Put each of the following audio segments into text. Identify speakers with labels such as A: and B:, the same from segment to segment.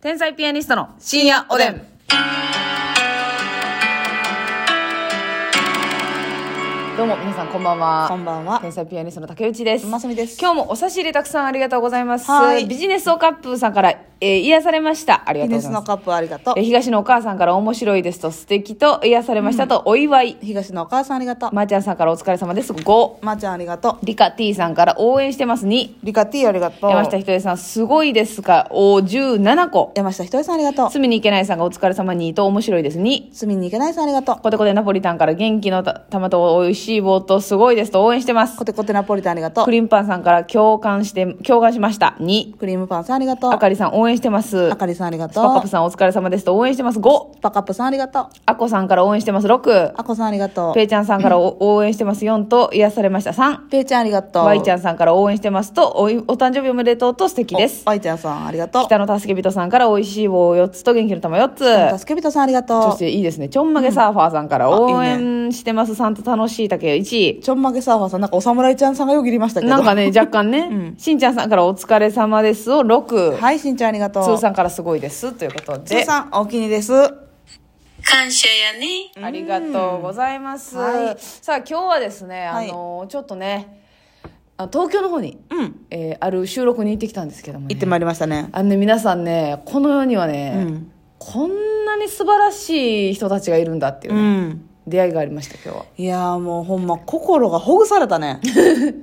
A: 天才ピアニストの深夜おでん。どうも皆さんこんばんは。
B: こんばんは
A: 天才ピアニストの竹内です。
B: ますみです
A: 今日もお差し入れたくさんありがとうございます。
B: はい
A: ビジネスオカップさんから、えー癒されました。ありが
B: ピ
A: とうご
B: ネ
A: ざい
B: ス
A: ま
B: の
A: す。
B: カップありがとう
A: えー。東のお母さんから面白いですと素敵と癒されましたとお祝い。
B: 東のお母さんありがとう。
A: まーちゃんさんからお疲れ様です。5。
B: まーちゃんありがと
A: リカ T さんから応援してます。2。
B: う。リカティありがとう。
A: 山下ひとえさん、すごいですかお17個。
B: 山下ひとりさんありがとう。
A: 罪にいけないさんがお疲れ様にと面白いですに。
B: すみにいけないさんありがとう。
A: コテコテナポリタンから元気のた玉と美味しい棒とすごいですと応援してます
B: コ。テコテナポリタンありがと
A: ク
B: う。
A: リームパンさんから共感して、共感しました。2。
B: クリームパンさんありがとう。
A: あかりさん応援してます。
B: あかりさんありが
A: ス
B: と
A: パカッ
B: う
A: プ。さんお疲れ様ですと応援してます。5。
B: パカップさんありがとう。
A: あこさんから応援してます。6。
B: あこさんありがと
A: ペイちゃんさんから お応援してます。4と癒されました。3。
B: う。ペイちゃんありがとう。
A: ワイちゃ
B: ん
A: んさんから応援してますと、おいお誕生日おめでとうと素敵です。
B: ワイちゃんさんありがとう。
A: 北野助け人さんから美味しい棒4つと元気の玉4つ。
B: 助け人さんありが
A: そ
B: と
A: していいですね。ちょんまげサーファーさんから
B: うん
A: 応
B: あいいね
A: 援してます。さんと楽しい竹1
B: う。ちょんまげサーファーさん、なんかお侍ちゃんさんがよぎりましたけど。
A: なんかね、若干 ね、
B: うん
A: しんちゃんさんからお疲れ様ですを6、
B: はい、しんちゃんありがとう。
A: つーさんからすごいですということ
B: つー
A: で、
B: さん、お気にです。
C: 感謝やね。
A: ありがとうございます。
B: はい
A: さあ、今日はですね、あ
B: はい
A: のーちょっとね、あ東京の方に、
B: うん。
A: えーある収録に行ってきたんですけども、ね、
B: 行ってまいりましたね。
A: あのね、皆さんね、この世にはね、
B: うん
A: こんなに素晴らしい人たちがいるんだっていう
B: う
A: ね、
B: ん。
A: 出会いがありました、今日は。
B: いやーもうほんま、心がほぐされたね。
A: 現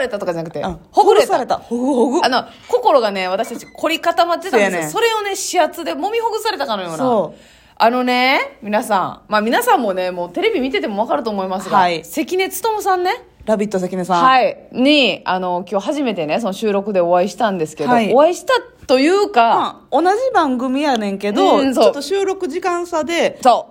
A: れたとかじゃなくて、
B: うん
A: ほぐれ
B: さ
A: た
B: れ。た。ほぐほぐ
A: あ。の、心がね、私たち凝り固まってたんですよ。そ
B: そうやね
A: れをね、指圧で揉みほぐされたかのような。
B: そう
A: あのね、皆さん。まあ皆さんもね、もうテレビ見ててもわかると思いますが、
B: はい
A: 関根勤さんね。
B: ラビット関根さん。
A: はい。に、あの、今日初めてね、その収録でお会いしたんですけど、
B: はい
A: お会いしたというか、
B: まあ同じ番組やねんけど、
A: うん
B: ち
A: そう
B: ょっと収録時間差で、
A: そ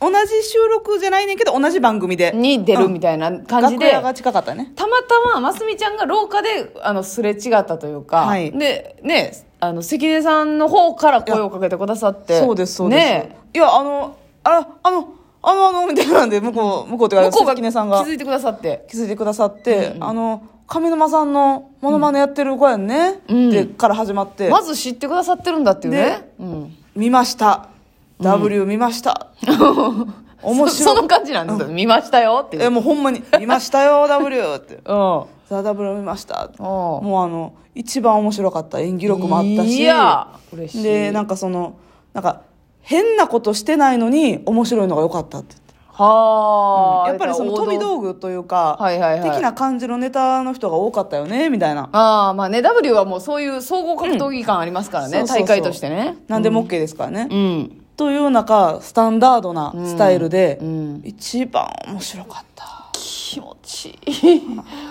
B: お同じ収録じゃないねんけど、同じ番組で。
A: う、に出るみ
B: い
A: たいな感じ
B: 楽
A: で、
B: 屋が近かったね。
A: たまたまますみちゃんが廊下であのすれ違ったというか、
B: はい
A: でねあの関根さんの方から声をかけてくださって
B: そうです、そうです。
A: ね
B: いや、あの、あら、あの、あの、あの、みたいなんで、向こう、向こうという
A: 向
B: か、
A: こうが
B: 関
A: 気
B: 根さんが
A: づいてくださって
B: 気づいてくださって、あの、上沼さんのモノマネやってる子やんね、
A: うん
B: で、から始まって、
A: まず知ってくださってるんだっていうね
B: で、
A: うん、
B: 見ました。W 見 ました。
A: そそ
B: 面白い
A: の。感じなんですよ、見ましたよっていう
B: え、もうほんまに、見ましたよ、W って。
A: うん
B: ザ・ダブル見ましたって
A: おう
B: もうあの一番面白かった演技力もあったし
A: いや嬉しい
B: でなんかそのなんか変なことしてないのに面白いのが良かったって言って
A: はあ、
B: やっぱりその
A: 王道
B: 飛び道具というか、
A: はいはいはい
B: 的な感じのネタの人が多かったよねみたいな
A: ああまあね W はもうそういう総合格闘技感ありますからね、
B: そうそうそう
A: 大会としてね
B: 何でも OK ですからね、
A: うん
B: という中スタンダードなスタイルで、
A: うん
B: 一番面白かった
A: 気持ちいい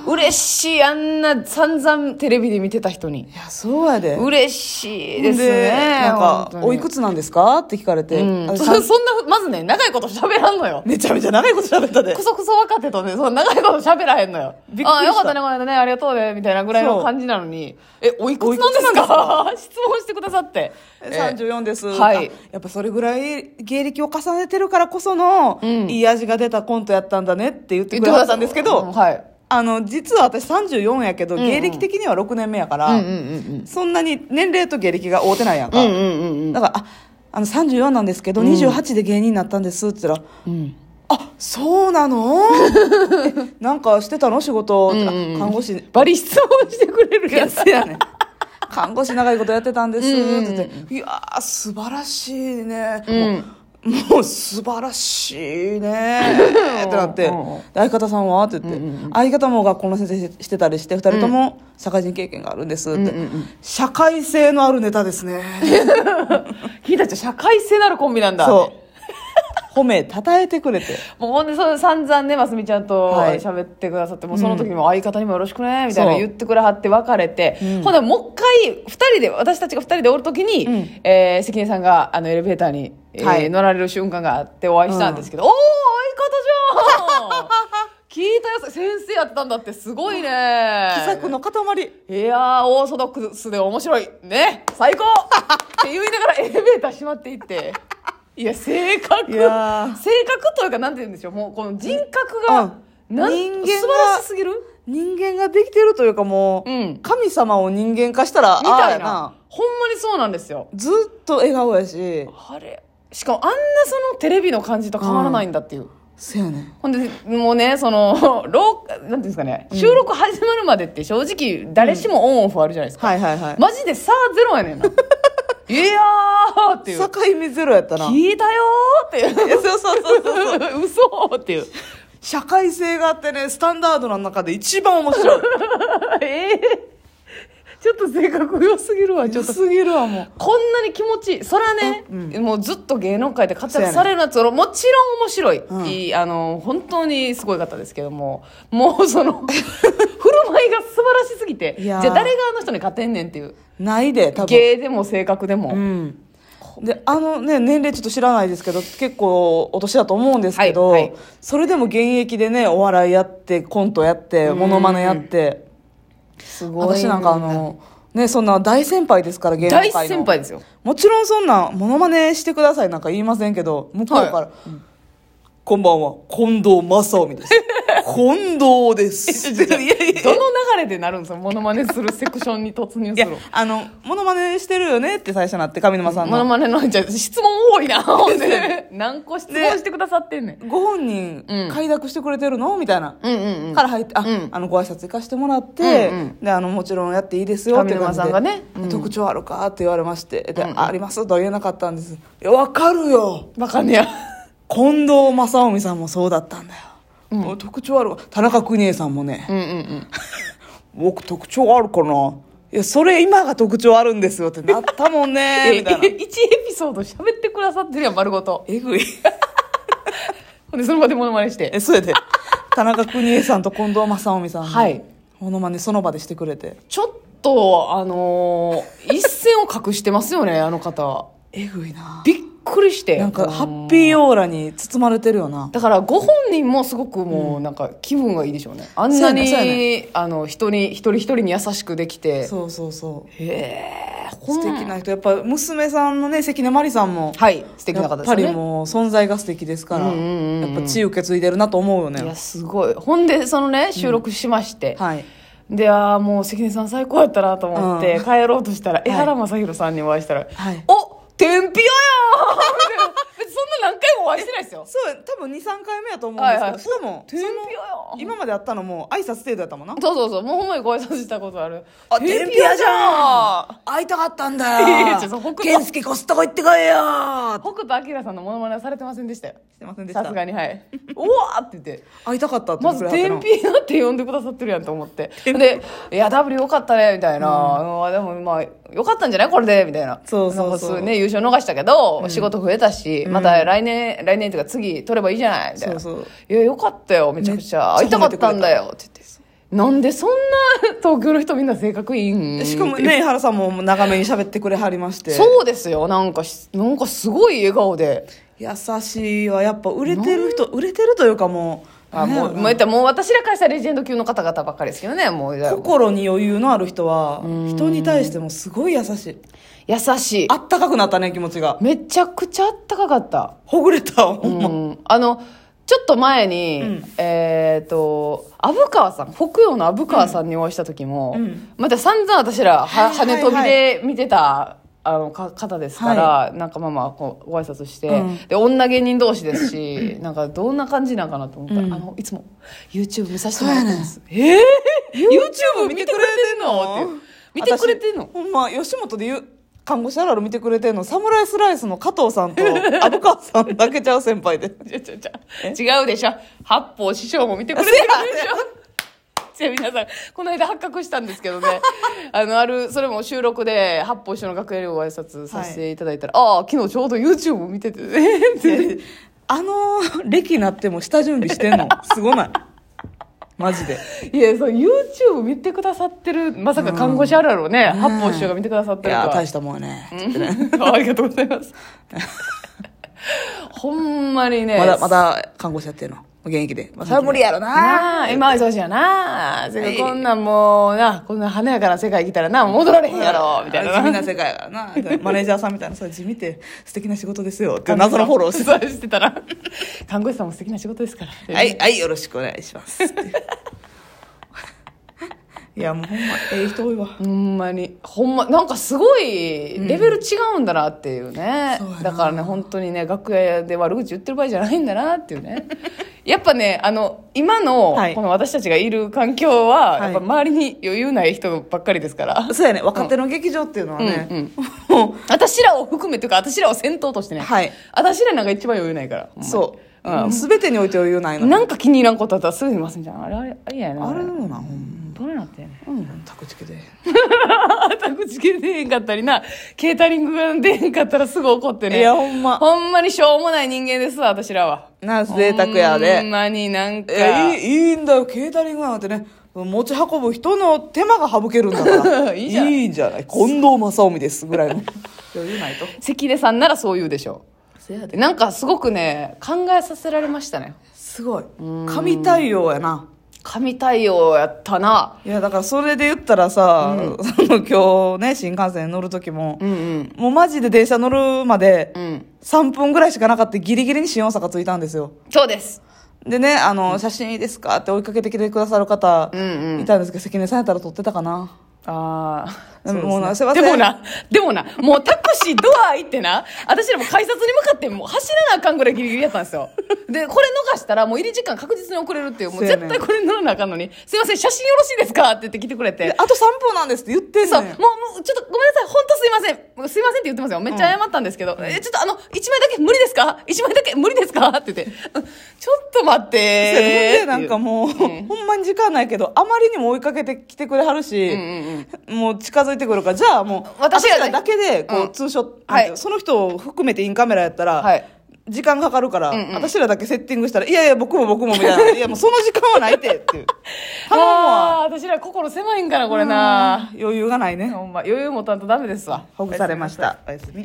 A: 嬉しいあんな散々テレビで見てた人に
B: いやそうやで
A: 嬉しいです
B: で
A: ね
B: なん
A: 本当
B: か
A: に
B: 「おいくつなんですか?」って聞かれて、
A: うん、
B: あ
A: そ
B: さ
A: そ
B: ん
A: んなまずね長いこと喋らんのよ
B: めちゃめちゃ長いこと喋ったで
A: クソクソ若手とねその長いこと喋らへんのよ
B: びっくりした
A: あよかったねこの間ねありがとうねみたいなぐらいの感じなのにえおいくつなんですか質問してくださって
B: 三十四です、
A: はい
B: あやっぱそれぐらい芸歴を重ねてるからこその、
A: ん
B: いい味が出たコントやったんだねって言って
A: 言
B: くれはったんですけ
A: うん
B: ど、
A: はい
B: あの実は私三十四やけど、芸歴的には六年目やから、
A: うんうんうん
B: そんなに年齢と芸歴が合うてないやん
A: う
B: か、
A: んうんうんうん
B: だからああの三十四なんですけど二十八で芸人になったんですって言ったら、
A: うん
B: あそうなの えなんかしてたの仕事、
A: んうん
B: あ看護師
A: バリ質問してくれるやつ
B: やねん看護師長いことやってたんです」
A: うんうんうん
B: って言って「いやー素晴らしいね」
A: ん
B: もうもう素晴らしい ね」ってなって
A: うんうんうん
B: 「で相方さんは?」って言って、相方も学校の先生してたりして2人とも社会人経験があるんです」って、社会性のあるネタですね」
A: 君たちは社会性のあるコンビなんだ
B: そう褒めたたえてくれて
A: もうほんで、その散々ね、ますみちゃんと
B: はい
A: 喋ってくださって、もうその時も相方にもよろしくね、みたいな
B: そう
A: 言ってくれはって別れて、ほんで、もう一回、二人で、私たちが二人でおる時に、
B: ん
A: えー関根さんが、あの、エレベーターに、えー
B: はい
A: 乗られる瞬間があってお会いしたんですけど、おー、相 方じゃん聞いたやつ、先生やってたんだってすごいね。
B: 気さくの塊
A: いやー、オーソドックスで面白い。ね、最 高って言いながらエレベーター閉まっていって。いや、性格。
B: い
A: 性
B: やー
A: 格というか、なんて言うんでしょう。もう、この人格が、
B: うん
A: なん
B: 人間が
A: 素晴らしすぎる
B: 人間ができてるというかもう、
A: うん
B: 神様を人間化したら
A: みたいな。
B: ああやな
A: ほんまにそうなんですよ
B: ずっと笑顔やし
A: あれしかもあんなそのテレビの感じと変わらないんだっていう、
B: せやねん
A: ほんでもうねその ローなんていうんですかね収録始まるまでって正直誰しもオンオフあるじゃないですか、
B: はいはいはい
A: マジで差ゼロやねん ないやーっていう
B: 境目ゼロやったな
A: 聞いたよーっていう
B: いやそうそうそうそう
A: 嘘っていう
B: 社会性があってねスタンダードの中で一番面白い
A: ええちょっと性格良すぎるわちょっと
B: すぎるわもう
A: こんなに気持ちいいそらね、もうずっと芸能界で活躍されるやつはもちろん面白い,
B: うん
A: いい、あの本当にすごい方ですけどももうその 振る舞いが素晴らしすぎて
B: い
A: じゃ
B: や
A: あ
B: ー
A: 誰があの人に勝てんねんっていう
B: ないで多分
A: 芸でも性格でも、
B: うんであのね年齢ちょっと知らないですけど結構お年だと思うんですけど、
A: はいはい
B: それでも現役でねお笑いやってコントやってモノマネやって
A: すごい
B: 私なんかあのねそんな大先輩ですから芸能界
A: 大
B: の
A: 先輩ですよ
B: もちろんそんなモノマネしてくださいなんか言いませんけど向こうから、
A: は
B: こんばんは近藤正臣 です近藤です いやいやい
A: どの流れでなるんですかモノマネするセクションに突入す
B: や
A: る
B: あのモノマネしてるよねって最初なって上沼さん
A: モノ
B: の
A: マネのじゃあ質問多いなほん で何個質問してくださってんねん
B: ご本人
A: うん
B: 快諾してくれてるのみたいな、
A: うんうんうん
B: から入ってあ、
A: うん
B: あのご挨拶行かしてもらって、
A: うん
B: であのもちろんやっていいですよって
A: 上沼
B: 感じで
A: さんがねうん
B: 特徴あるかって言われましてで、
A: うんうん
B: ありますとは言えなかったんですいやわかるよ
A: バカねや
B: 近藤正臣さんもそうだったんだよ、特徴あるわ田中邦衛さんもね、
A: うんうんうん
B: 僕特徴あるかないやそれ今が特徴あるんですよってなったもんね みたいな
A: 1エピソード喋ってくださってるやん丸ごと
B: えぐい
A: ほんでその場でモノマネして
B: えそうやで田中邦衛さんと近藤正臣さんの
A: はい
B: ものまねその場でしてくれて
A: ちょっとあのー一線を隠してますよねあの方
B: えぐいな
A: びっくりして
B: なんかハッピーオーラに包まれてるよな
A: だからご本人もすごくもうなんか気分がいいでしょうねあんなに、
B: そうやね
A: あの人に一人一人に優しくできて
B: そうそうそう
A: へえ
B: 素敵な人やっぱ娘さんのね関根麻里さんも
A: はい素敵な方
B: や
A: で
B: っ
A: すよ
B: ぱ
A: ね
B: りもう存在が素敵ですから、
A: うんうんうんうん
B: やっぱ血受け継いでるなと思うよ
A: いや
B: ね
A: すごいほんでそのね収録しまして、
B: はい
A: でああもう関根さん最高やったなと思って、
B: うん
A: 帰ろうとしたら江原正宏さんにお会いしたら「
B: はい
A: お天日よや!」 別にそんな何回もお会いしてないですよ
B: そう多分23回目やと思うん
A: は
B: で
A: い
B: すけ
A: は
B: ど、
A: い
B: しかも
A: 天日よや
B: 今まであったのも挨拶程度やったもんな
A: そうそうそうもうほんまにご挨拶したことある
B: あ天日屋じゃ
A: ん
B: ん会いたかったん
A: いやいやちょっと北
B: だよ
A: 斗
B: 健介コストコ行ってこいよー
A: 北斗晶さんのモノマネはされてませんでしたよ
B: してませんでし
A: さすが
B: た
A: にはい うわーって言って
B: 会いたかったって
A: まず「天
B: 日
A: 日な」って呼んでくださってるやんと思ってで「いや W よかったね」みたいな「うんでもまあよかったんじゃないこれで」みたいな
B: そうそうそう
A: なんかね、優勝逃したけど、仕事増えたしまた来年来年というか次取ればいいじゃないみたいな「
B: そうそう
A: いやよかったよめちゃくちゃ
B: め
A: 会
B: っ
A: い
B: ち
A: た
B: ゃ
A: か
B: 褒め
A: って
B: くれた
A: たんだよ」って言って。なんでそんな東京の人みんな性格いいん
B: しかもね江原さんも長めに喋ってくれはりまして
A: そうですよなんかしなんかすごい笑顔で
B: 優しいわやっぱ売れてる人売れてるというかもう
A: あもう
B: ね
A: もう言ったらもう私らからしたらレジェンド級の方々ばっかりですけどねもう
B: 心に余裕のある人は人に対してもすごい優しい
A: 優しい
B: あったかくなったね気持ちが
A: めちゃくちゃあったかかった、
B: ほぐれたほ
A: うん
B: ま
A: あのちょっと前に、
B: うん
A: えっ、と虻川さん北洋の虻川さんにお会いした時も、
B: うんうん
A: また散々私らは
B: はいは
A: 羽
B: い
A: 飛びで見てた。あのか方ですから、
B: は
A: なんかまあまあこうご挨拶して、
B: うん
A: で女芸人同士ですしなんかどんな感じなんかなと思ったら、
B: うん
A: あのいつも YouTube 見させてもらってます、ええ YouTube 見てくれてんのって見てくれてんの
B: 私ほんま吉本で言う看護師あるある見てくれてんのサムライスライスの加藤さん と虻川さんだけちゃう先輩で
A: ちょちょちょ違うでしょ八方師匠も見てくれてるでしょじゃあ皆さんこの間発覚したんですけどね あのあるそれも収録で八方師匠の楽屋でご挨拶させていただいたら「ああ昨日ちょうど YouTube を見ててね」って
B: あの歴になっても下準備してんのすごないマ ジで
A: いやそう YouTube 見てくださってるまさか看護師あるあるをね、八方師匠が見てくださっ
B: い
A: てると
B: や
A: は
B: 大したもんやね
A: うん ありがとうございます ほんまにね
B: まだまだ看護師やってるの現役で、まあ、それは無理やろな
A: なあ、今は忙しいやな。せや
B: はい
A: こんなんもうな、こんな華やかな世界来たらな、戻られへんやろ、みたい
B: あ地
A: な。
B: 味な世界やから なマネージャーさんみたいなそれ地味って素敵な仕事ですよっていう謎のフォローをして
A: そうしてたら、看護師さんも素敵な仕事ですから。
B: はい、はい、よろしくお願いします。いや、もうほんま、ええ人多いわ。
A: ほんまにほんまなんかすごいレベル違うんだなっていうね、
B: そうやな
A: だからね本当にね楽屋で悪口言ってる場合じゃないんだなっていうねやっぱねあの今の
B: はい
A: この私たちがいる環境は、
B: はい
A: やっぱ周りに余裕ない人ばっかりですから
B: そうやね、若手の劇場っていうのはね、
A: うんうん
B: も
A: 私らを含めというか私らを先頭としてね、
B: はい
A: 私らなんか一番余裕ないからほんま
B: う、
A: に
B: そう。すべてにおいて余裕ないの。
A: なんか気に入らんことあったらすぐに言いますんじゃんあれあれあれやな
B: あれもな、ほん
A: どれなってんねん
B: ま。うん、タクチケで。
A: 全くけ出へんかったりな、ケータリングが出へんかったらすぐ怒ってね。
B: いやほんま
A: ほんまにしょうもない人間ですわ、私らは。
B: な、贅沢や
A: ほん
B: で。
A: まになんか。。
B: えいい、いいんだよ、ケータリングなんてね。持ち運ぶ人の手間が省けるんだから
A: いいじゃん
B: いいんじゃない近藤正臣です、ぐらいの。 余裕ないと。
A: 関出さんならそう言うでしょ
B: せや
A: う。。なんかすごくね、考えさせられましたね。
B: すごい。神対応やな。
A: 神対応やったな。
B: いや、だからそれで言ったらさ、その 今日ね、新幹線乗る時も、
A: うんうん。
B: もうマジで電車乗るまで
A: うん。
B: 3分ぐらいしかなかったギリギリに新大阪着いたんですよ。
A: そうです。
B: でね、あの、写真いいですかって追いかけてきてくださる方
A: うんうん
B: いたんですけど、関根さんやったら撮ってたかな。
A: ああ。
B: でももうなす
A: で
B: いません
A: もな、でもな、もうタクシードア行ってな、私らも改札に向かってもう走らなあかんぐらいギリギリやったんですよ。で、これ逃したらもう入り時間確実に遅れるっていう、もう
B: そうやね
A: 絶対これ乗らなあかんのに、すいません、写真よろしいですかって言って来てくれ
B: で
A: て。
B: あと3分なんですって言ってん
A: そ
B: の
A: う、も
B: よ
A: う、。もう、ちょっとごめんなさい、本当すいません。もうすいませんって言ってますよ。めっちゃ謝ったんですけど、え、ちょっとあの、一枚だけ無理ですか一枚だけ無理ですかって言って、うんちょっと待って
B: そ
A: ー
B: うで、なんかもう、ほんまに時間ないけど、あまりにも追いかけてきてくれはるし、もう近づいてくるから、じゃあもう、
A: 私がね
B: らだけで、こ
A: う
B: う、
A: ん
B: ツーショット、
A: はい
B: なんていうのその人を含めてインカメラやったら、
A: はい
B: 時間かかるから、
A: んうん
B: 私らだけセッティングしたら、いやいや、僕も僕もみたい な。いや、もうその時間はないって、っていう。頼む
A: あ
B: わ。
A: ー私ら心狭いんかな、これな。
B: 余裕がないね。
A: ほんま、余裕持たんとダメですわ。
B: ほぐされました。おやすみ。